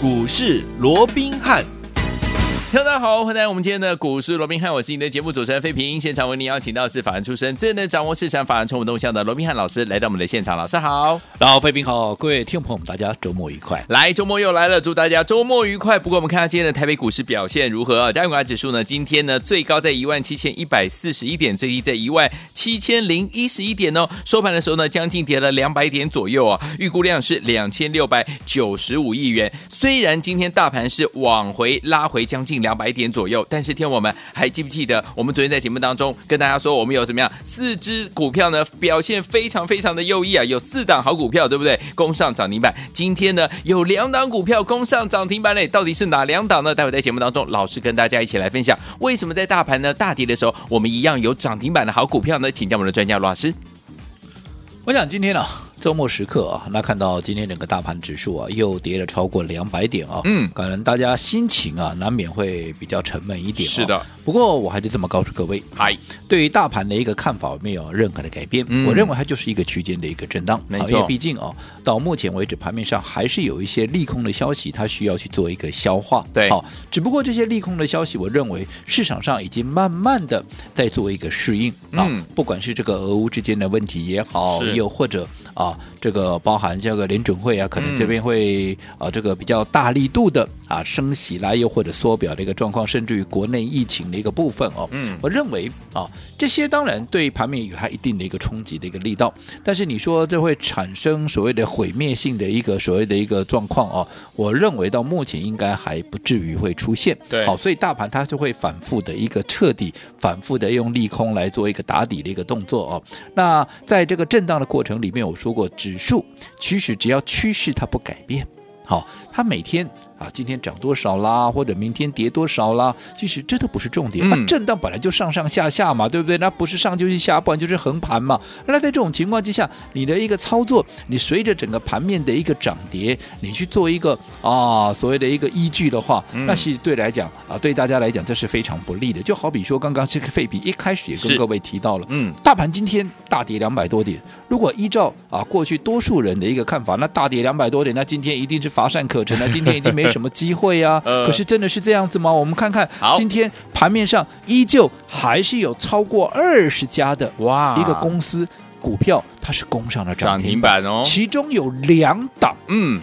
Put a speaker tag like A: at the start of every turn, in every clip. A: 股市罗宾汉。
B: 听众大家好，欢迎来到我们今天的股市罗宾汉，我是你的节目主持人费平。现场为您邀请到的是法案出身、最能掌握市场法案冲动动向的罗宾汉老师，来到我们的现场。老师好，
C: 老费兵好，各位听众朋友们，大家周末愉快。
B: 来周末又来了，祝大家周末愉快。不过我们看看今天的台北股市表现如何啊？加权股价指数呢，今天呢最高在一万七千一百四十一点，最低在一万七千零一十一点哦。收盘的时候呢，将近跌了两百点左右啊，预估量是两千六百九十五亿元。虽然今天大盘是往回拉回将近两百点左右，但是天我们还记不记得我们昨天在节目当中跟大家说，我们有怎么样四只股票呢表现非常非常的优异啊，有四档好股票，对不对？攻上涨停板。今天呢有两档股票攻上涨停板嘞，到底是哪两档呢？待会在节目当中，老师跟大家一起来分享，为什么在大盘呢大跌的时候，我们一样有涨停板的好股票呢？请教我们的专家罗老师。
C: 我想今天啊，周末时刻啊，那看到今天整个大盘指数啊，又跌了超过两百点啊，
B: 嗯
C: 可能大家心情啊，难免会比较沉闷一点、啊
B: 是的，
C: 不过我还是这么告诉各位，
B: 嗨，
C: 对于大盘的一个看法没有任何的改变，
B: 嗯
C: 我认为它就是一个区间的一个震荡，
B: 没
C: 啊
B: 错
C: 因为毕竟哦，到目前为止盘面上还是有一些利空的消息，它需要去做一个消化，
B: 对
C: 好、只不过这些利空的消息，我认为市场上已经慢慢的在做一个适应啊、
B: 嗯
C: 不管是这个俄乌之间的问题也好，
B: 是
C: 又或者啊，这个包含这个联准会啊，可能这边会、
B: 嗯
C: 啊这个比较大力度的啊升息啦，又或者缩表的一个状况，甚至于国内疫情的一个部分哦，
B: 嗯
C: 我认为啊，这些当然对盘面有它一定的一个冲击的一个力道，但是你说这会产生所谓的毁灭性的一个所谓的一个状况哦，我认为到目前应该还不至于会出现。
B: 对
C: 好，所以大盘它就会反复的一个彻底、反复的用利空来做一个打底的一个动作哦。那在这个震荡的过程里面，我说过，指数趋势只要趋势它不改变，好，它每天啊，今天涨多少啦，或者明天跌多少啦，其实这都不是重点。
B: 嗯
C: 那震荡本来就上上下下嘛，对不对？那不是上就是下，不然就是横盘嘛。那在这种情况之下，你的一个操作，你随着整个盘面的一个涨跌，你去做一个啊所谓的一个依据的话，
B: 嗯
C: 那其实对来讲啊，对大家来讲这是非常不利的。就好比说刚刚这个费比一开始也
B: 是
C: 跟各位提到了，
B: 嗯，
C: 大盘今天大跌两百多点，如果依照啊过去多数人的一个看法，那大跌两百多点，那今天一定是乏善可陈，那今天一定没什么机会呀、
B: 呃
C: 可是真的是这样子吗？我们看看
B: 好，
C: 今天盘面上依旧还是有超过二十家的
B: 哇
C: 一个公司股票，它是攻上了
B: 涨
C: 涨
B: 停
C: 停板，
B: 板哦，
C: 其中有两档
B: 嗯，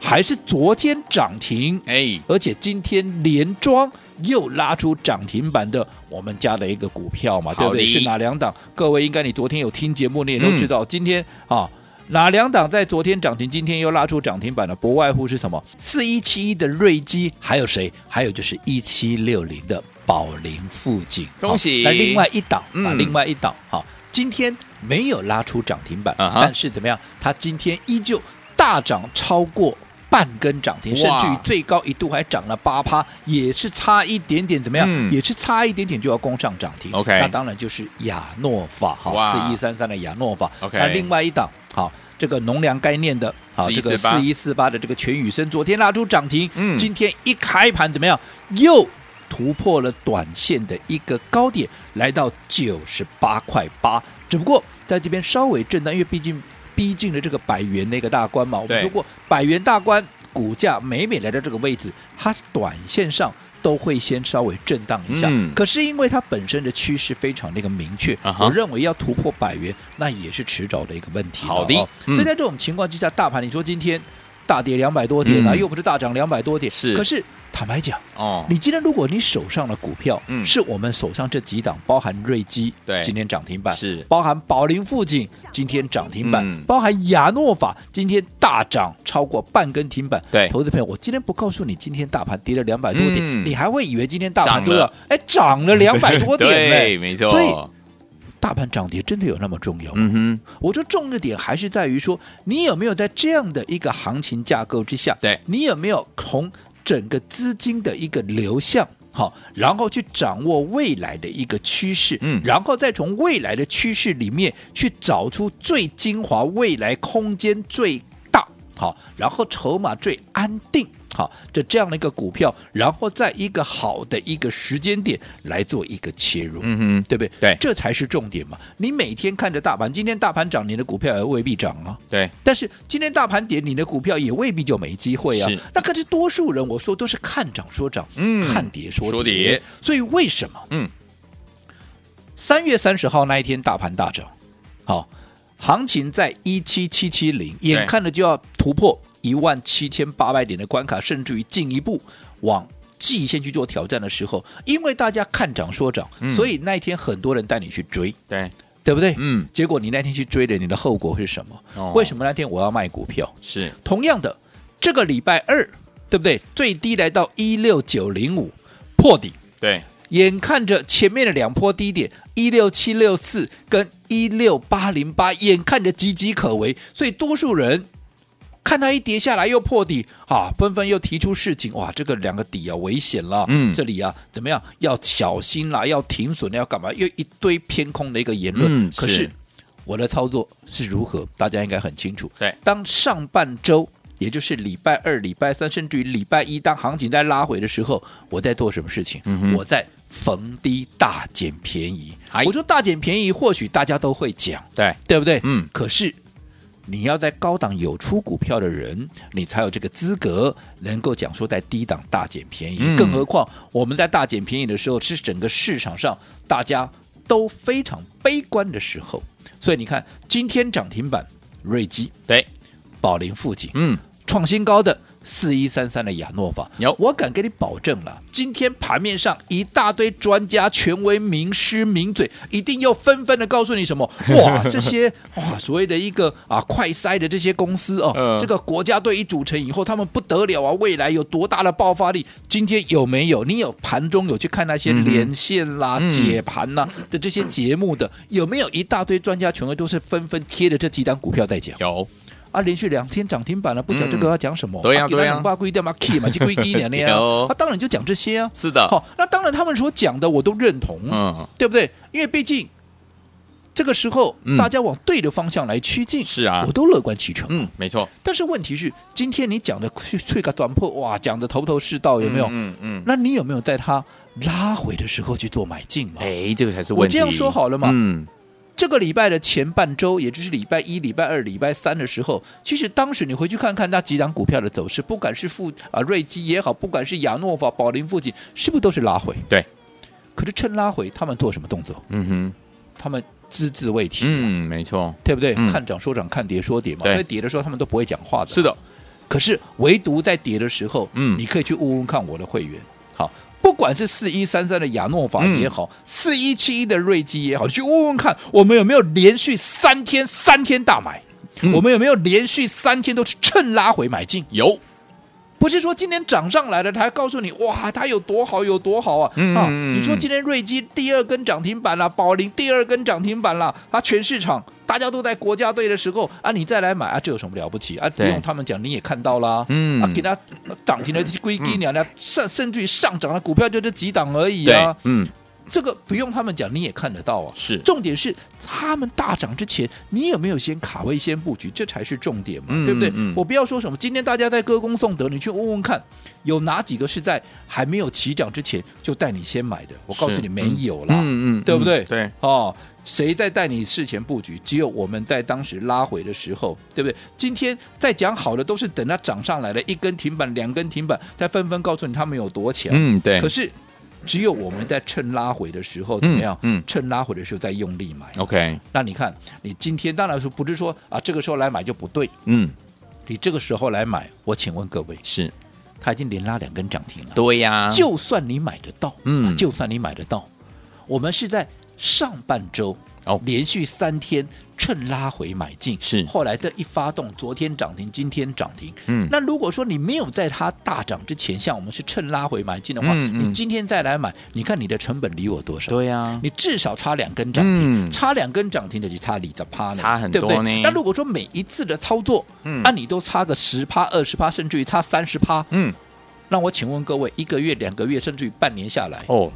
C: 还是昨天涨停，
B: 哎，
C: 而且今天连庄又拉出涨停板的我们家的一个股票嘛，对
B: 好
C: 不
B: 的嗯
C: 对？是哪两档？各位应该你昨天有听节目，你也都知道，今天啊。哪两档在昨天涨停，今天又拉出涨停板的，不外乎是什么？四一七一的瑞基，还有谁？还有就是一七六零的宝林富锦。
B: 恭喜
C: 好那另外一档，
B: 嗯
C: 啊，另外一档，好，今天没有拉出涨停板，
B: 啊哈
C: 但是怎么样？它今天依旧大涨超过半根涨停，甚
B: 哇
C: 至于最高一度还涨了八趴，也是差一点点，怎么样？
B: 嗯
C: 也是差一点点就要攻上涨停。
B: OK
C: 那当然就是亚诺法
B: 哇
C: 哈，四一三三的亚诺法。
B: OK
C: 那另外一档好。这个农粮概念的，好，这个
B: 4148
C: 四一四八的这个全宇升，昨天拉出涨停，
B: 嗯
C: 今天一开盘怎么样？又突破了短线的一个高点，来到九十八块八，只不过在这边稍微震荡，因为毕竟逼近了这个百元的一个大关嘛，我
B: 对
C: 们说过百元大关股价每每来到这个位置，它短线上。都会先稍微震荡一下，
B: 嗯
C: 可是因为它本身的趋势非常的一个明确
B: 啊哈
C: 我认为要突破百元，那也是迟早的一个问题了哦。
B: 好的嗯
C: 所以在这种情况之下，大盘你说今天大跌两百多点啊，
B: 嗯
C: 又不是大涨两百多点，
B: 是
C: 可是坦白讲，
B: 哦，
C: 你今天如果你手上的股票，
B: 嗯
C: 是我们手上这几档，包含瑞基，
B: 对
C: 今天涨停板，
B: 是
C: 包含宝林富锦，今天涨停板，
B: 嗯
C: 包含亚诺法，今天大涨超过半根停板。
B: 对
C: 投资朋友，我今天不告诉你，今天大盘跌了两百多点，
B: 嗯
C: 你还会以为今天大盘
B: 涨
C: 多少
B: 了？
C: 哎，涨了两百多 点
B: 对，
C: 嘞，
B: 没错，
C: 所以大盘涨跌真的有那么重要吗？
B: 嗯哼，
C: 我说重的点还是在于说，你有没有在这样的一个行情架构之下，
B: 对
C: 你有没有从整个资金的一个流向？好，然后去掌握未来的一个趋势，
B: 嗯
C: 然后再从未来的趋势里面去找出最精华、未来空间最大，好，然后筹码最安定，好，这这样的一个股票，然后在一个好的一个时间点来做一个切入，
B: 嗯哼，
C: 对不对？
B: 对
C: 这才是重点嘛。你每天看着大盘，今天大盘涨，你的股票也未必涨啊。
B: 对，
C: 但是今天大盘跌，你的股票也未必就没机会啊
B: 是。
C: 那可是多数人，我说都是看涨说涨，
B: 嗯
C: 看跌说
B: 说跌
C: 所以为什么？
B: 嗯，
C: 三月三十号那一天大盘大涨，好，行情在一七七七零，眼看着就要突破一万七千八百点的关卡，甚至于进一步往。季线去做挑战的时候，因为大家看涨说涨，
B: 嗯
C: 所以那一天很多人带你去追，
B: 对，
C: 对不对？
B: 嗯，
C: 结果你那天去追的，你的后果是什么？
B: 哦
C: 为什么那天我要卖股票？
B: 是，
C: 同样的，这个礼拜二，对不对？最低来到一六九零五破底，
B: 对，
C: 眼看着前面的两波低点一六七六四跟一六八零八，眼看着岌岌可危，所以多数人。看它一跌下来又破底啊，纷纷又提出事情哇，这个两个底啊危险了，
B: 嗯
C: 这里啊怎么样要小心啦，要停损，要干嘛？又一堆偏空的一个言论。
B: 嗯
C: 可
B: 是
C: 是我的操作是如何，大家应该很清楚。
B: 对
C: 当上半周，也就是礼拜二、礼拜三，甚至于礼拜一，当行情在拉回的时候，我在做什么事情？
B: 嗯哼
C: 我在逢低大捡便宜
B: 哎。
C: 我说大捡便宜，或许大家都会讲，
B: 对，
C: 对不对？
B: 嗯
C: 可是。你要在高档有出股票的人，你才有这个资格能够讲说在低档大捡便宜。
B: 嗯
C: 更何况我们在大捡便宜的时候，是整个市场上大家都非常悲观的时候。所以你看，今天涨停板瑞基、
B: 对，
C: 宝林富锦，
B: 嗯，
C: 创新高的四一三三的亚诺法，
B: 有
C: 我敢给你保证了，今天盘面上一大堆专家、权威、名师、名嘴，一定又纷纷的告诉你 什么？哇，这些哇所谓的一个啊快筛的这些公司哦，
B: 嗯
C: 这个国家队一组成以后，他们不得了啊，未来有多大的爆发力？今天有没有？你有盘中有去看那些
B: 嗯哼
C: 连线啦、
B: 嗯
C: 解盘啦、的这些节目的，有没有一大堆专家、权威都是纷纷贴着这几档股票在讲？
B: 有，
C: 啊，连续两天涨停板了，不讲这个要讲什么？
B: 嗯
C: 啊
B: 对呀对呀
C: 八规掉嘛，key 嘛，就规低点的呀
B: 对哦。
C: 他当然就讲这些啊。
B: 是的，
C: 好，那当然他们所讲的我都认同，
B: 嗯，
C: 对不对？因为毕竟这个时候
B: 嗯
C: 大家往对的方向来趋近，
B: 是啊
C: 我，都乐观其成。
B: 嗯，没错，
C: 但是问题是，今天你讲的去去个短破，哇，讲的头头是道，有没有？
B: 嗯嗯，嗯
C: 那你有没有在它拉回的时候去做买进嘛？
B: 哎，这个才是
C: 我
B: 问题。
C: 这样说好了嘛
B: 嗯，
C: 这个礼拜的前半周，也就是礼拜一、礼拜二、礼拜三的时候，其实当时你回去看看那几档股票的走势，不管是富啊瑞基也好，不管是亚诺法、宝林附近，是不是都是拉回？
B: 对。
C: 可是趁拉回，他们做什么动作？
B: 嗯哼，
C: 他们只字未提，
B: 嗯，没错，
C: 对不对？
B: 嗯
C: 看涨说涨，看跌说跌嘛。
B: 对
C: 所以跌的时候，他们都不会讲话的。
B: 是的，
C: 可是唯独在跌的时候，
B: 嗯
C: 你可以去问问看我的会员，好。不管是四一三三的亚诺
B: 嗯
C: 法也好，四一七一的瑞基也好，你去问问看，我们有没有连续三天三天大买？
B: 嗯
C: 我们有没有连续三天都是趁拉回买进？
B: 有，
C: 不是说今天涨上来了，他还告诉你哇，它有多好有多好啊！
B: 嗯
C: 啊，
B: 嗯嗯
C: 你说今天瑞基第二根涨停板了，宝林第二根涨停板了，啊，全市场大家都在国家队的时候啊，你再来买啊，这有什么了不起啊？不
B: 对
C: 用他们讲，你也看到啦。
B: 嗯
C: 啊，给它涨停的归基鸟呢，甚甚至于上涨的股票就这几档而已
B: 对
C: 啊，，
B: 嗯，
C: 这个不用他们讲，你也看得到啊。
B: 是，
C: 重点是他们大涨之前，你有没有先卡位、先布局，这才是重点嘛，
B: 嗯
C: 对不对？
B: 嗯嗯
C: 我不要说什么，今天大家在歌功颂德，你去问问看，有哪几个是在还没有起涨之前就带你先买的？我告诉
B: 是
C: 你，
B: 嗯
C: 没有啦，
B: 嗯嗯，
C: 啊对不对
B: 嗯对，
C: 哦。谁在带你事前布局？只有我们在当时拉回的时候，对不对？今天在讲好的都是等它涨上来了，一根停板、两根停板，才纷纷告诉你他们有多强。
B: 嗯对，
C: 可是只有我们在趁拉回的时候怎么样？
B: 嗯嗯
C: 趁拉回的时候再用力买。
B: OK，
C: 那你看，你今天当然说不是说啊，这个时候来买就不对。
B: 嗯，
C: 你这个时候来买，我请问各位，
B: 是
C: 它已经连拉两根涨停了。
B: 对呀，
C: 就算你买得到，
B: 啊嗯
C: 啊就算你买得到，我们是在上半周
B: 哦
C: 连续三天趁拉回买进，
B: 是
C: 后来这一发动，昨天涨停，今天涨停，
B: 嗯
C: 那如果说你没有在它大涨之前，像我们是趁拉回买进的话，
B: 嗯嗯
C: 你今天再来买，你看你的成本离我多少？
B: 对呀，
C: 你至少差两根涨停，
B: 嗯
C: 差两根涨停的就差里子趴呢，
B: 差很
C: 对不对
B: 多呢
C: 那如果说每一次的操作，
B: 嗯
C: 啊，你都差个十趴、二十趴，甚至于差三十趴，
B: 嗯
C: 那我请问各位，一个月、两个月，甚至于半年下来，
B: 哦，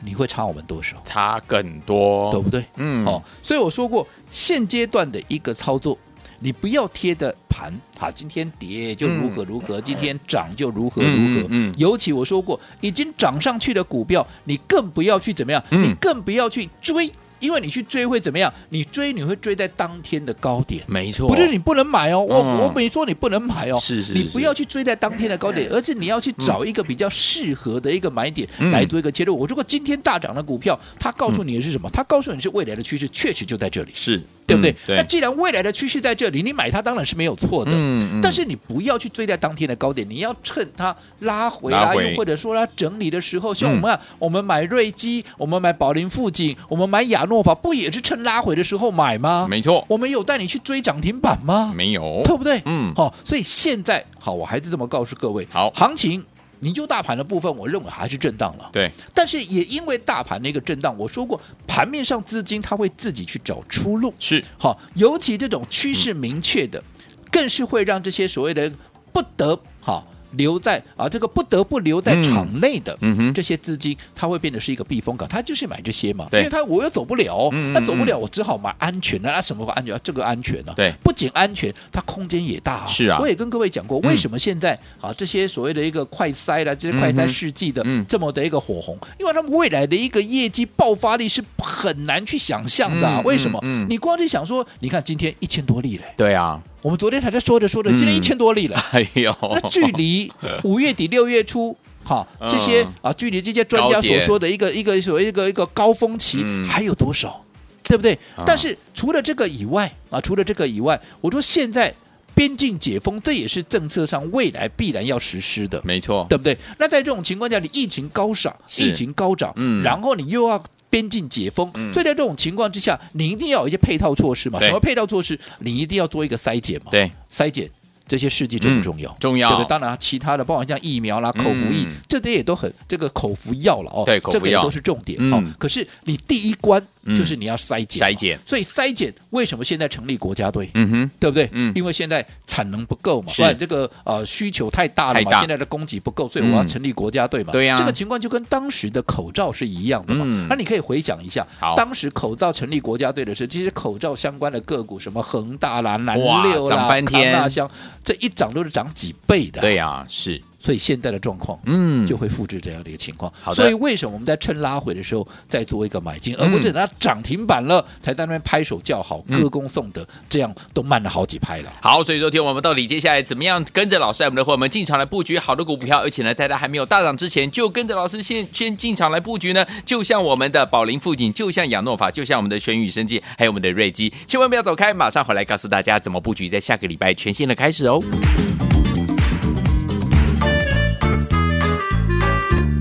C: 你会差我们多少？
B: 差更多，
C: 对不对？哦
B: 嗯
C: 哦，所以我说过，现阶段的一个操作，你不要贴的盘啊，今天跌就如何如何，今天涨就如何如何。
B: 嗯嗯嗯
C: 尤其我说过，已经涨上去的股票，你更不要去怎么样，
B: 嗯
C: 你更不要去追。因为你去追会怎么样？你追你会追在当天的高点，
B: 没错，
C: 不是你不能买哦，我、
B: 嗯
C: 我没说你不能买哦，
B: 是是
C: 你
B: 是
C: 不要去追在当天的高点，而是你要去找一个比较适合的一个买点
B: 嗯
C: 来做一个切入。我如果今天大涨的股票，它告诉你的是什么？它告诉你是未来的趋势，确实就在这里，
B: 是，
C: 对不对
B: 嗯？
C: 那既然未来的趋势在这里，你买它当然是没有错的。
B: 嗯嗯
C: 但是你不要去追在当天的高点，你要趁它拉回
B: 拉
C: 啊，
B: 回嗯
C: 又或者说它整理的时候，像我们啊，我们买瑞基，我们买宝林富锦，我们买亚诺法，不也是趁拉回的时候买吗？
B: 没错，
C: 我们有带你去追涨停板吗？
B: 没有，
C: 对不对？
B: 嗯
C: 好、所以现在好，我还是这么告诉各位，
B: 好
C: 行情。你就大盘的部分，我认为还是震荡了。
B: 对，
C: 但是也因为大盘的一个震荡，我说过，盘面上资金它会自己去找出路。
B: 是，
C: 好，尤其这种趋势明确的，更是会让这些所谓的不得好留在啊，这个不得不留在
B: 嗯
C: 场内的，
B: 嗯哼
C: 这些资金它会变得是一个避风港，它就是买这些嘛，
B: 对
C: 因为它我又走不了
B: 嗯嗯，
C: 那走不了，我只好买安全的，啊，什么安全啊？这个安全呢、啊？
B: 对
C: 不仅安全，它空间也大、
B: 是啊
C: 我也跟各位讲过，为什么现在啊这些所谓的一个快筛啦，这些快
B: 嗯
C: 筛
B: 哼
C: 试剂的
B: 嗯
C: 这么的一个火红，因为他们未来的一个业绩爆发力是很难去想象的啊、
B: 嗯
C: 为什么？
B: 嗯嗯
C: 你光是想说，你看今天一千多例嘞，
B: 对啊，
C: 我们昨天还在说着说着，今天
B: 嗯
C: 一千多例了。
B: 哎呦，
C: 那距离五月底六月初。好，这些、
B: 嗯
C: 啊，距离这些专家
B: 高
C: 所
B: 点
C: 说的一个一个所谓一个一个高峰期、
B: 嗯
C: 还有多少，对不对？
B: 啊
C: 但是除了这个以外啊，除了这个以外，我说现在边境解封，这也是政策上未来必然要实施的，
B: 没错，
C: 对不对？那在这种情况下，你疫情高涨，
B: 是
C: 疫情高涨，
B: 嗯
C: 然后你又要。边境解封，
B: 嗯
C: 所以在这种情况之下，你一定要有一些配套措施嘛？
B: 对
C: 什么配套措施？你一定要做一个筛检嘛？
B: 对，
C: 筛检这些试剂重
B: 嗯
C: 不重要？
B: 重
C: 对不
B: 要
C: 对？，当然，其他的包含像疫苗啦、口服液，
B: 嗯
C: 这些也都很这个口服药了哦，
B: 对口服
C: 这个也
B: 药
C: 都是重点、
B: 嗯
C: 哦。可是你第一关
B: 嗯
C: 就是你要筛检嘛，
B: 筛检
C: 所以筛检为什么现在成立国家队？
B: 嗯哼，
C: 对不对？
B: 嗯
C: 因为现在产能不够嘛，
B: 是
C: 不然这个呃需求太大了
B: 太
C: 嘛，
B: 大嗯
C: 现在的供给不够，所以我要成立国家队嘛。
B: 对呀
C: 这个情况就跟当时的口罩是一样的嘛。
B: 嗯
C: 那你可以回想一下
B: 好，
C: 当时口罩成立国家队的时候，这些口罩相关的个股，什么恒大啦、南
B: 哇
C: 六
B: 涨
C: 啦、
B: 翻天
C: 康大香，这一涨都是涨几倍的。
B: 对呀，是，
C: 所以现在的状况。
B: 嗯，
C: 啊就会复制这样的一个情况。
B: 好的
C: 所以为什么我们在趁拉回的时候再做一个买进，而不是等它涨停板了才在那边拍手叫好、
B: 嗯
C: 歌功颂德，这样都慢了好几拍了。
B: 好，所以昨天我们到底接下来怎么样跟着老师，我们的伙伴们进场来布局好的股票，而且呢，在它还没有大涨之前，就跟着老师先先进场来布局呢？就像我们的宝林富锦，就像亚诺法，就像我们的轩宇生技，还有我们的瑞基，千万不要走开，马上回来告诉大家怎么布局，在下个礼拜全新的开始哦。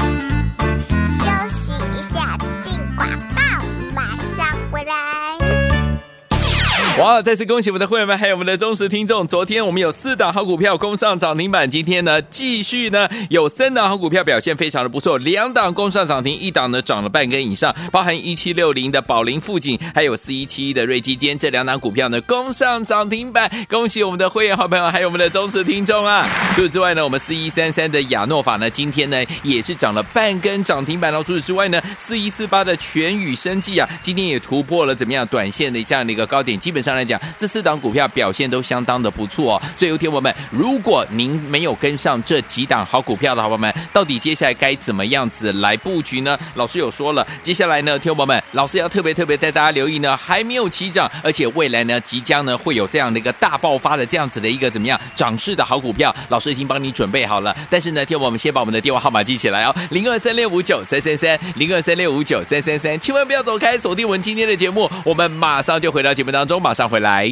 D: 休息一下，进广告，马上回来。
B: 哇！再次恭喜我们的会员们，还有我们的忠实听众。昨天我们有四档好股票攻上涨停板，今天呢继续呢有三档好股票表现非常的不错，两档攻上涨停，一档呢涨了半根以上，包含一七六零的宝林富锦，还有四一七一的瑞基坚，这两档股票呢攻上涨停板，恭喜我们的会员好朋友，还有我们的忠实听众啊！除此之外呢，我们四一三三的亚诺法呢，今天呢也是涨了半根涨停板了。除此之外呢，四一四八的全宇生技啊，今天也突破了怎么样短线的这样的一个高点。基本上来讲，这四档股票表现都相当的不错哦。所以，有听我们，如果您没有跟上这几档好股票的好朋友们，到底接下来该怎么样子来布局呢？老师有说了，接下来呢，听我们，老师要特别特别带大家留意呢，还没有起涨，而且未来呢，即将呢会有这样的一个大爆发的这样子的一个怎么样涨势的好股票，老师已经帮你准备好了。但是呢，听我们先把我们的电话号码记起来哦，零二三六五九三三三，零二三六五九三三三，千万不要走开，锁定我们今天的节目，我们马上就回到节目当中，马上回来。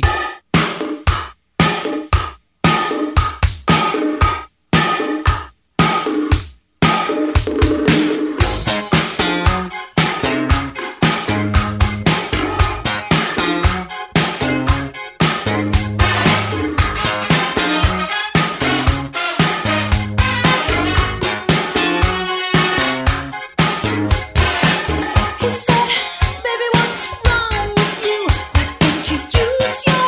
E: He said, Baby, what's wrong with you? Why don't you use your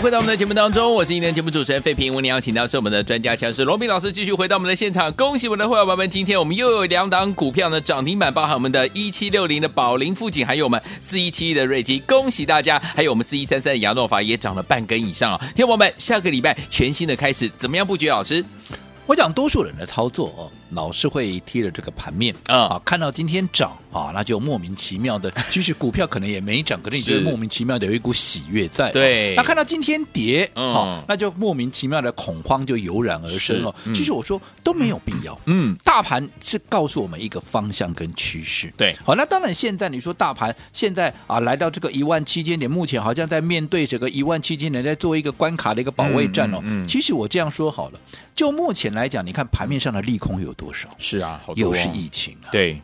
B: 回到我们的节目当中，我是今天的节目主持人费平。我们邀请到是我们的专家强势罗斌老师，继续回到我们的现场。恭喜我们的会员宝宝们，今天我们又有两档股票呢涨停板，包含我们的一七六零的宝林富锦，还有我们四一七一的瑞基。恭喜大家！还有我们四一三三的亚诺法也涨了半根以上啊！天宝们，下个礼拜全新的开始，怎么样布局？啊老师，
C: 我讲多数人的操作哦，老是会贴着这个盘面、
B: 嗯
C: 啊，看到今天涨啊，那就莫名其妙的，其实股票可能也没涨，可是你就是会莫名其妙的有一股喜悦在。哦
B: 对
C: 那看到今天跌，
B: 嗯
C: 啊，那就莫名其妙的恐慌就油然而生了。
B: 是嗯
C: 其实我说都没有必要，
B: 嗯，
C: 大盘是告诉我们一个方向跟趋势。
B: 对
C: 好，那当然现在你说大盘现在啊来到这个一万七千点，目前好像在面对整个一万七千点，在做一个关卡的一个保卫战哦。
B: 嗯嗯嗯
C: 其实我这样说好了，就目前来讲，你看盘面上的利空有多少？
B: 是啊，好
C: 又是疫情啊，
B: 对，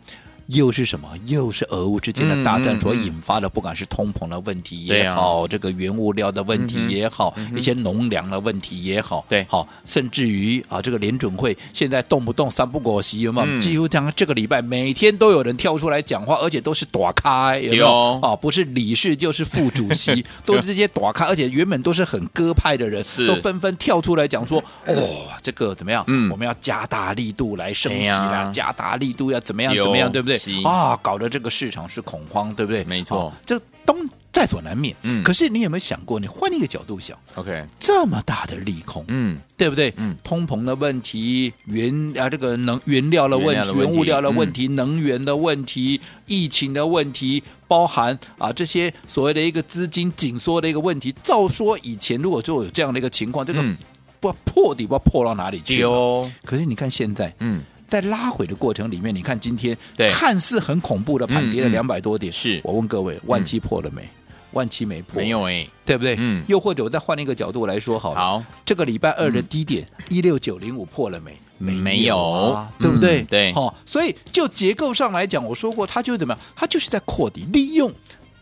C: 又是什么？又是俄乌之间的大战所引发的，不管是通膨的问题也好，
B: 啊
C: 这个原物料的问题也好，一些农粮的问题也好，
B: 嗯对
C: 好，甚至于啊，这个联准会现在动不动三不果息，有没有？
B: 嗯
C: 几乎讲这个礼拜每天都有人跳出来讲话，而且都是躲开，有没有？
B: 有
C: 啊，不是理事就是副主 席，都是这些躲开，而且原本都是很鸽派的人
B: 是，
C: 都纷纷跳出来讲说，哦，这个怎么样？
B: 嗯
C: 我们要加大力度来升息
B: 哎呀
C: 啦，加大力度要怎么样？怎么
B: 有
C: 样怎么样，对不对
B: 是？
C: 啊，搞得这个市场是恐慌，对不对？
B: 没错
C: 啊这都在所难免。
B: 嗯
C: 可是你有没有想过，你换一个角度想，
B: ，OK，
C: 这么大的利空，
B: 嗯，
C: 对不对？
B: 嗯，
C: 通膨的问题，原啊这个能原料的问
B: 原料
C: 题
B: 的，问
C: 原
B: 题嗯
C: 物料的问题，能源的问题，疫情的问题，包含啊这些所谓的一个资金紧缩的一个问题。照说以前如果说有这样的一个情况，这个
B: 嗯
C: 不破底不知道破到哪里去
B: 丢、
C: 了。可是你看现在，
B: 嗯，
C: 在拉回的过程里面，你看今天
B: 对
C: 看似很恐怖的盘跌
B: 嗯
C: 了
B: 嗯
C: 两百多点，
B: 是嗯
C: 我问各位，万七破了没？万七没破，
B: 没，有哎、
C: 对不对？
B: 嗯
C: 又或者我再换一个角度来说好了，
B: 好，嗯
C: 这个礼拜二的低点一六九零五破了没？
B: 没有
C: 啊
B: 嗯
C: 对不对？
B: 对
C: 哦，所以就结构上来讲，我说过，它就是怎么样？它就是在扩底，利用。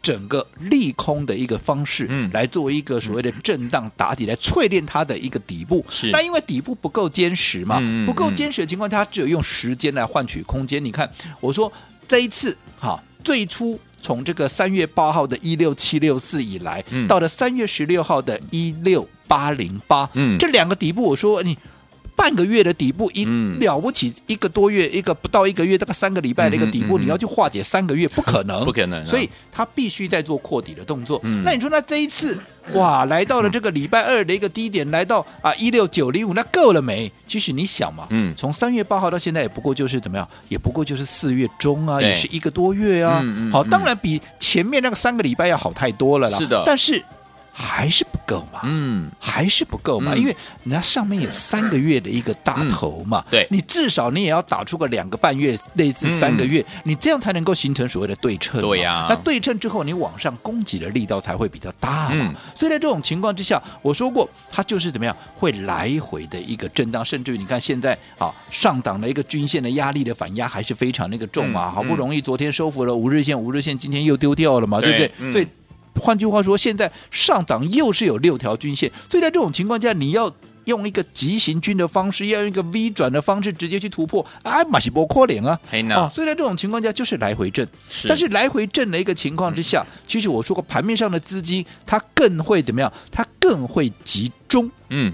C: 整个利空的一个方式，
B: 嗯
C: 来作为一个所谓的震荡打底，来淬炼它的一个底部。
B: 是
C: 那因为底部不够坚实嘛，
B: 嗯嗯
C: 不够
B: 嗯
C: 坚实的情况下，它只有用时间来换取空间。你看，我说这一次，哈，最初从这个三月八号的一六七六四以来，
B: 嗯
C: 到了三月十六号的一六八零八，
B: 嗯
C: 这两个底部，我说你半个月的底部一、
B: 嗯
C: 了不起，一个多月，一个不到一个月，大概三个礼拜的一个底
B: 嗯
C: 部，
B: 哼嗯哼
C: 你要去化解三个月，不可 能，
B: 不可能啊
C: 所以它必须在做扩底的动作。
B: 嗯
C: 那你说，那这一次 哇，来到了这个礼拜二的一个低点，来到啊一六九零五，那够了没？其实你想嘛，
B: 嗯
C: 从三月八号到现在，也不过就是怎么样，也不过就是四月中啊，
B: 对
C: 也是一个多月啊。
B: 嗯嗯
C: 好，
B: 嗯
C: 当然比前面那个三个礼拜要好太多了啦。
B: 是的
C: 但是还是不够嘛。
B: 嗯，
C: 还是不够嘛，
B: 嗯
C: 因为人家上面有三个月的一个大头嘛，
B: 嗯对
C: 你至少你也要打出个两个半月，类似三个月，你这样才能够形成所谓的对称嘛。
B: 嗯对呀
C: 那对称之后，你往上攻击的力道才会比较大嘛。
B: 嗯
C: 所以在这种情况之下，我说过，它就是怎么样会来回的一个震荡，甚至于你看现在啊上档的一个均线的压力的反压还是非常那个重啊，
B: 嗯
C: 好不容易昨天收复了五日线，五日线今天又丢掉了嘛，啊对不
B: 对
C: 对？
B: 嗯
C: 所以换句话说，现在上档又是有六条均线，所以在这种情况下，你要。用一个急行军的方式，要用一个 V 转的方式直接去突破，啊，马西波阔脸啊，
B: 黑
C: 啊，
B: 呢？
C: 所以在这种情况下就是来回震，
B: 是嗯
C: 但是来回震的一个情况之下，其实我说过，盘面上的资金它更会怎么样？它更会集中
B: 嗯，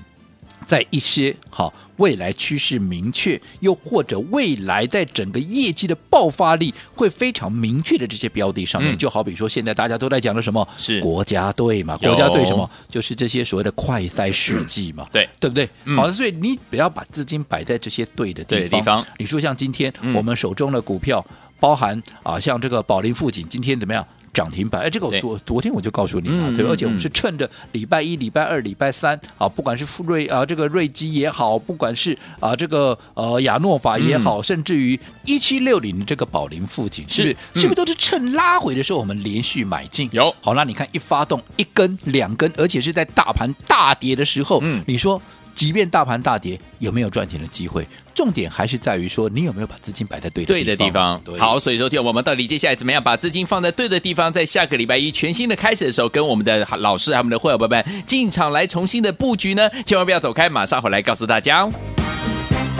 C: 在一些好未来趋势明确，又或者未来在整个业绩的爆发力会非常明确的这些标的上面，
B: 嗯
C: 就好比说现在大家都在讲的什么
B: 是
C: 国家队嘛，
B: 有
C: 国家队什么就是这些所谓的快赛事迹嘛，
B: 对
C: 对不对？
B: 嗯
C: 好，所以你不要把资金摆在这些对的
B: 对
C: 地
B: 的
C: 方。
B: 地方
C: 你说像今天
B: 嗯
C: 我们手中的股票，包含啊，像这个宝林富锦今天怎么样？涨停板，哎，这个
B: 对
C: 我昨昨天我就告诉你了，
B: 嗯
C: 对吧，
B: 嗯
C: 而且我
B: 嗯
C: 们是趁着礼拜一、礼拜二、礼拜三啊，不管是富瑞啊这个瑞基也好，不管是啊这个呃亚诺法也
B: 嗯
C: 好，甚至于一七六零这个宝林附近，
B: 是
C: 是不是是
B: 嗯
C: 不是都是趁拉回的时候我们连续买进？
B: 有
C: 好，那你看一发动一根两根，而且是在大盘大跌的时候，
B: 嗯
C: 你说。即便大盘大跌，有没有赚钱的机会？重点还是在于说，你有没有把资金摆在对的
B: 对的地方。
C: 对
B: 好，所以说，听我们到底接下来怎么样把资金放在对的地方，在下个礼拜一全新的开始的时候，跟我们的老师还有我们的会友伙伴们进场来重新的布局呢？千万不要走开，马上回来告诉大家哦。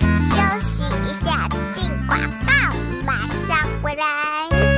D: 休息一下，进广告，马上回来。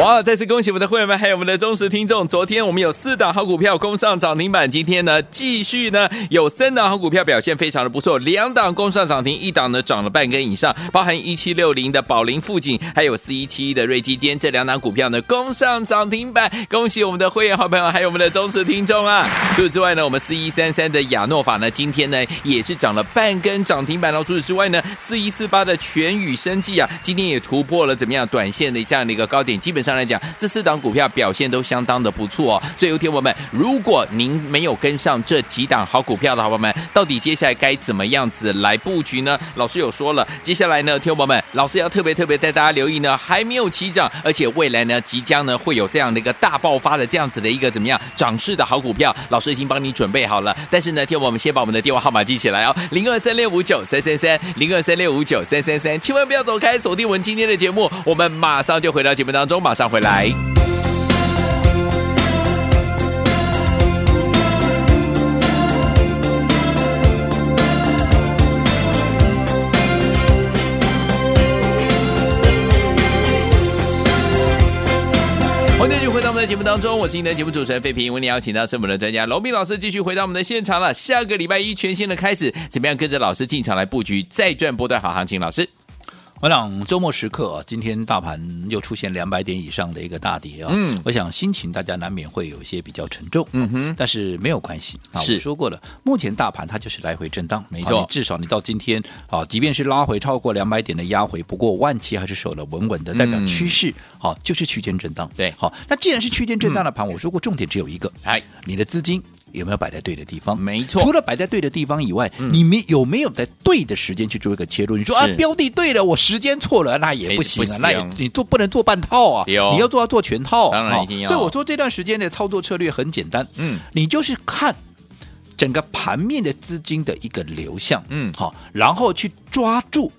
B: 哇！再次恭喜我们的会员们，还有我们的忠实听众。昨天我们有四档好股票攻上涨停板，今天呢继续呢有三档好股票表现非常的不错，两档攻上涨停，一档呢涨了半根以上，包含一七六零的宝林富锦，还有四一七一的瑞基坚，这两档股票呢攻上涨停板，恭喜我们的会员好朋友，还有我们的忠实听众啊！除此之外呢，我们四一三三的亚诺法呢，今天呢也是涨了半根涨停板哦。除此之外呢，四一四八的全宇生技啊，今天也突破了怎么样短线的这样的一个高点。基本上来讲，这四档股票表现都相当的不错哦。所以，有听友们，如果您没有跟上这几档好股票的好朋友们，到底接下来该怎么样子来布局呢？老师有说了，接下来呢，听友们，老师要特别特别带大家留意呢，还没有起涨，而且未来呢，即将呢会有这样的一个大爆发的这样子的一个怎么样涨势的好股票，老师已经帮你准备好了。但是呢，听友们我们先把我们的电话号码记起来哦，零二三六五九三三三，零二三六五九三三三，千万不要走开，锁定我们今天的节目，我们马上就回到节目当中，马上回来。欢迎继续回到我们的节目当中，我是你的节目主持人费平，为你邀请到是我们的专家罗斌老师继续回到我们的现场了。下个礼拜一全新的开始，怎么样跟着老师进场来布局再赚波段好行情？老师，
C: 我想周末时刻啊，今天大盘又出现两百点以上的一个大跌啊，
B: 嗯
C: 我想心情大家难免会有一些比较沉重，啊
B: 嗯哼，
C: 但是没有关系啊，
B: 是
C: 我说过了，目前大盘它就是来回震荡，
B: 没错
C: 啊你至少你到今天啊，即便是拉回超过两百点的压回，不过万七还是守得稳稳的，代表
B: 嗯
C: 趋势好、啊就是区间震荡，
B: 对嗯
C: 好，那既然是区间震荡的盘，我说过重点只有一个，
B: 哎，
C: 你的资金有没有摆在对的地方？
B: 没错
C: 除了摆在对的地方以外，你们有没有在对的时间去做一个切入？你说啊
B: 嗯是，
C: 标的对了，我时间错了，那也不
B: 哎
C: 行啊，
B: 不行
C: 那也你做不能做半套啊，你
B: 有
C: 要做要做全套啊。
B: 当然
C: 哈
B: 一定要
C: 所以我说这段时间的操作策略很简单，
B: 嗯，
C: 你就是看。整个盘面的资金的一个流向，
B: 嗯
C: 好，然后去抓住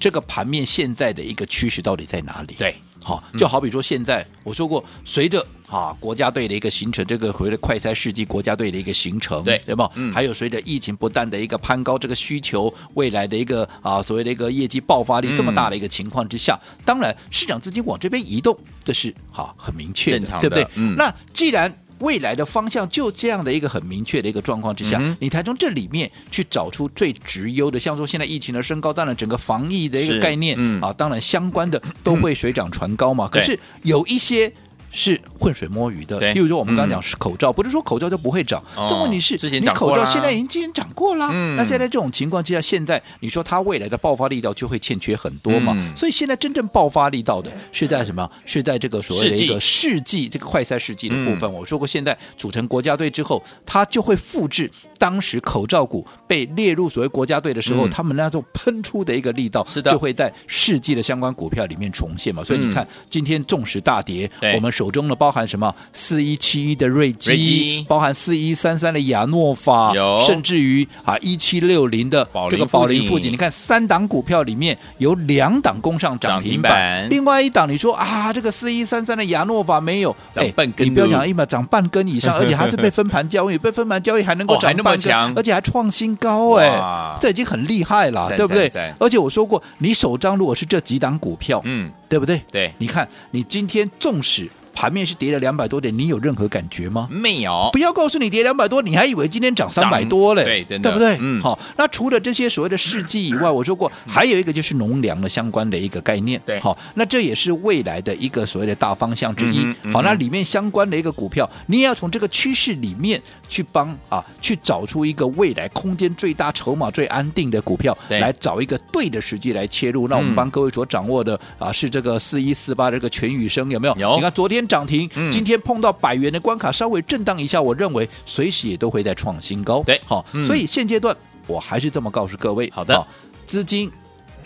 C: 这个盘面现在的一个趋势到底在哪里？
B: 对，嗯
C: 好，就好比说现在、我说过，随着啊国家队的一个形成，这个回了快赛世纪国家队的一个形成，
B: 对
C: 对吧？
B: 嗯
C: 还有随着疫情不断的一个攀高，这个需求未来的一个啊所谓的一个业绩爆发力这么大的一个情况之下，当然市场资金往这边移动，这是好很明确
B: 正
C: 的，
B: 常
C: 对不对
B: 的？嗯
C: 那既然未来的方向就这样的一个很明确的一个状况之下，
B: 嗯哼
C: 你才从这里面去找出最直优的，像说现在疫情的升高，当然整个防疫的一
B: 是
C: 个概念、
B: 嗯
C: 啊，当然相关的都会水涨船高嘛。
B: 对
C: 可是有一些。是浑水摸鱼的
B: 对，
C: 例如说我们刚刚
B: 嗯
C: 讲是口罩，不是说口罩就不会涨，
B: 哦
C: 但问题是
B: 之前
C: 你
B: 涨过
C: 口罩
B: 啦
C: 现在已经之前涨过啦。
B: 嗯
C: 那现在这种情况之下，现在你说它未来的爆发力道就会欠缺很多嘛，
B: 嗯
C: 所以现在真正爆发力道的是在什么？是在这个所谓
B: 世
C: 的
B: 纪嗯
C: 一个世纪这个快赛世纪的部分。我说过，现在组成国家队之后，它就会复制当时口罩股被列入所谓国家队的时候，
B: 嗯
C: 他们那种喷出的一个力道，
B: 是的
C: 就会在世纪的相关股票里面重现嘛。所以你看，今天纵使大跌
B: 对，
C: 我们手中呢包含什么四一七一的瑞基，
B: 瑞基
C: 包含四一三三的亚诺法
B: 有，
C: 甚至于啊一七六零的
B: 宝林
C: 这个
B: 富
C: 宝林
B: 锦
C: 富锦，你看三档股票里面有两档攻上涨停
B: 涨停
C: 板
B: 板，
C: 另外一档你说啊，这个四一三三的亚诺法没有，哎
B: 涨半根
C: 你不要
B: 的
C: 讲一秒涨半根 以上，而且它是被分盘交易，被分盘交易还能够
B: 哦还
C: 涨
B: 那么
C: 半根，
B: 强
C: 而且还创新高哎、
B: 哇
C: 这已经很厉害了，
B: 赞
C: 对不对
B: 赞赞？
C: 而且我说过，你手张如果是这几档股票，
B: 嗯，
C: 对不对？
B: 对，
C: 你看你今天纵使盘面是跌了两百多点，你有任何感觉吗？
B: 没有
C: 不，要告诉你跌两百多，你还以为今天涨三百多嘞，
B: 对真的
C: 对不对？
B: 嗯
C: 好，那除了这些所谓的事迹以外，我说过还有一个就是农粮的相关的一个概念，
B: 对
C: 好，那这也是未来的一个所谓的大方向之一
B: 嗯哼嗯哼。
C: 好，那里面相关的一个股票，你也要从这个趋势里面去帮啊，去找出一个未来空间最大、筹码最安定的股票，
B: 对
C: 来找一个对的时机来切入。那我
B: 嗯
C: 们帮各位所掌握的啊，是这个四一四八这个全宇生有没有？
B: 有
C: 你看昨天涨停
B: 嗯，
C: 今天碰到百元的关卡，稍微震荡一下，我认为随时也都会再创新高。
B: 对
C: 好、
B: 嗯
C: 所以现阶段我还是这么告诉各位，
B: 好的嗯
C: 资金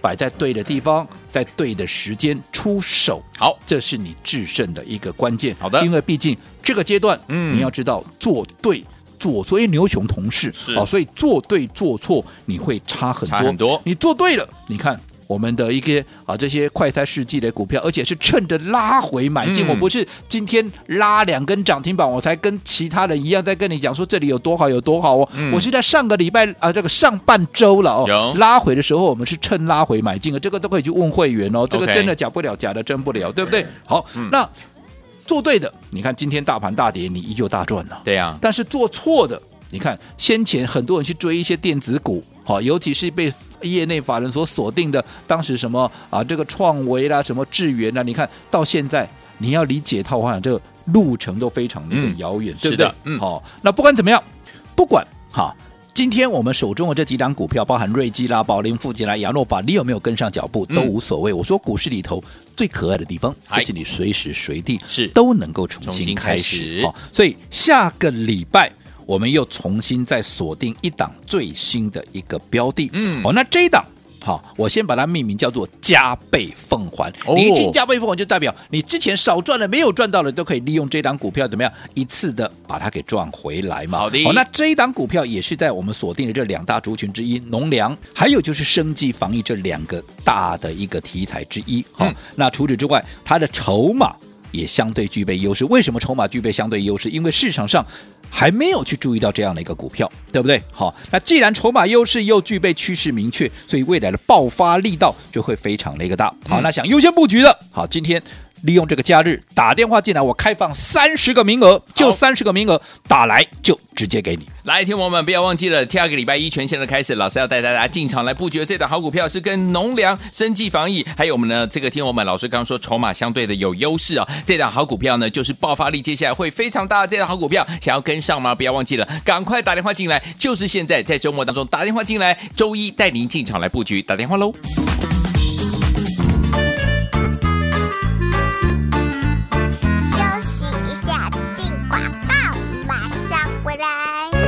C: 摆在对的地方，在对的时间出手，
B: 好，
C: 这是你制胜的一个关键。
B: 好的
C: 因为毕竟这个阶段，
B: 嗯
C: 你要知道做对。做所以牛熊同事
B: 是
C: 哦，所以做对做错你会差很
B: 差很多
C: 你做对了，你看我们的一些啊这些快餐世纪的股票，而且是趁着拉回买进，
B: 嗯
C: 我不是今天拉两根涨停板，我才跟其他人一样在跟你讲说这里有多好有多好哦，
B: 嗯
C: 我是在上个礼拜啊这个上半周了
B: 有
C: 哦，拉回的时候我们是趁拉回买进的，这个都可以去问会员哦，这个
B: OK 嗯
C: 真的假不了，假的真不了，对不对？好，那做对的，你看今天大盘大跌，你依旧大赚了、啊
B: 对啊呀、
C: 但是做错的，你看先前很多人去追一些电子股，好，尤其是被业内法人所锁定的，当时什么啊，这个创维啦，什么智源啊啦，你看到现在，你要理解它，我想这个路程都非常的
B: 嗯
C: 遥远，
B: 是
C: 对不
B: 的
C: 对？
B: 嗯
C: 好，那不管怎么样，不管哈。今天我们手中的这几档股票，包含瑞基啦、宝林、富吉啦、亚诺法，你有没有跟上脚步都
B: 嗯
C: 无所谓。我说股市里头最可爱的地方，
B: 哎
C: 就是你随时随地
B: 是
C: 都能够重
B: 重新
C: 新
B: 开
C: 开
B: 始
C: 始。好、所以下个礼拜我们又重新再锁定一档最新的一个标的。
B: 嗯
C: 哦，那这一档。好，我先把它命名叫做加倍奉还。
B: 哦
C: 你一进加倍奉还，就代表你之前少赚的、没有赚到的，都可以利用这档股票怎么样一次的把它给赚回来嘛。哦
B: 好的
C: 那这一档股票也是在我们锁定的这两大族群之一，农粮，还有就是生计防疫这两个大的一个题材之一。好、
B: 嗯
C: 那除此之外，它的筹码也相对具备优势。为什么筹码具备相对优势？因为市场上。还没有去注意到这样的一个股票，对不对？好，那既然筹码优势又具备趋势明确，所以未来的爆发力道就会非常的一个大。好，那想优先布局的，好，今天利用这个假日打电话进来，我开放三十个名额，就三十个名额，打来就直接给你。
B: 来，听众朋友们，不要忘记了，第二个礼拜一全线的开始，老师要带大家进场来布局的这档好股票，是跟农粮、生计、防疫，还有我们呢这个听众朋友们，老师刚说筹码相对的有优势啊、这档好股票呢就是爆发力，接下来会非常大的这档好股票，想要跟上吗？不要忘记了，赶快打电话进来，就是现在，在周末当中打电话进来，周一带您进场来布局，打电话喽。
D: 休息一下，进广告，马上回来。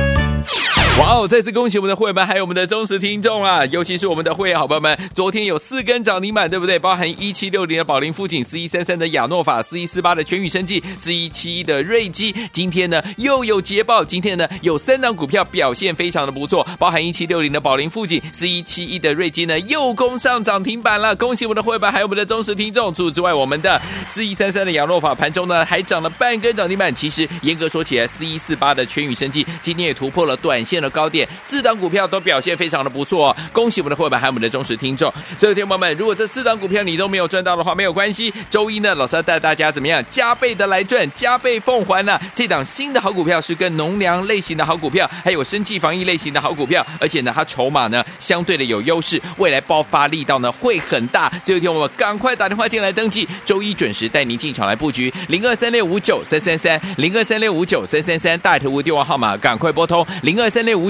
B: 哇哦！再次恭喜我们的会员们，还有我们的忠实听众啊，尤其是我们的会员好朋友们，昨天有四根涨停板，对不对？包含一七六零的宝林富锦，四一三三的亚诺法，四一四八的全宇生技，四一七一的瑞基。今天呢又有捷报，今天呢有三档股票表现非常的不错，包含一七六零的宝林富锦，四一七一的瑞基呢又攻上涨停板了，恭喜我们的会员们，还有我们的忠实听众。除此之外，我们的四一三三的亚诺法盘中呢还涨了半根涨停板，其实严格说起来，四一四八的全宇生技今天也突破了短线的高点，四档股票都表现非常的不错、哦，恭喜我们的会员还有我们的忠实听众。所以，听众朋友们，如果这四档股票你都没有赚到的话，没有关系，周一呢，老师要带大家怎么样加倍的来赚，加倍奉还呢、这档新的好股票是跟农粮类型的好股票，还有生计防疫类型的好股票，而且呢，它筹码呢相对的有优势，未来爆发力道呢会很大。所以，听我们赶快打电话进来登记，周一准时带您进场来布局零二三六五九三三三零二三六五九三三三大头屋电话号码，赶快拨通零二三六五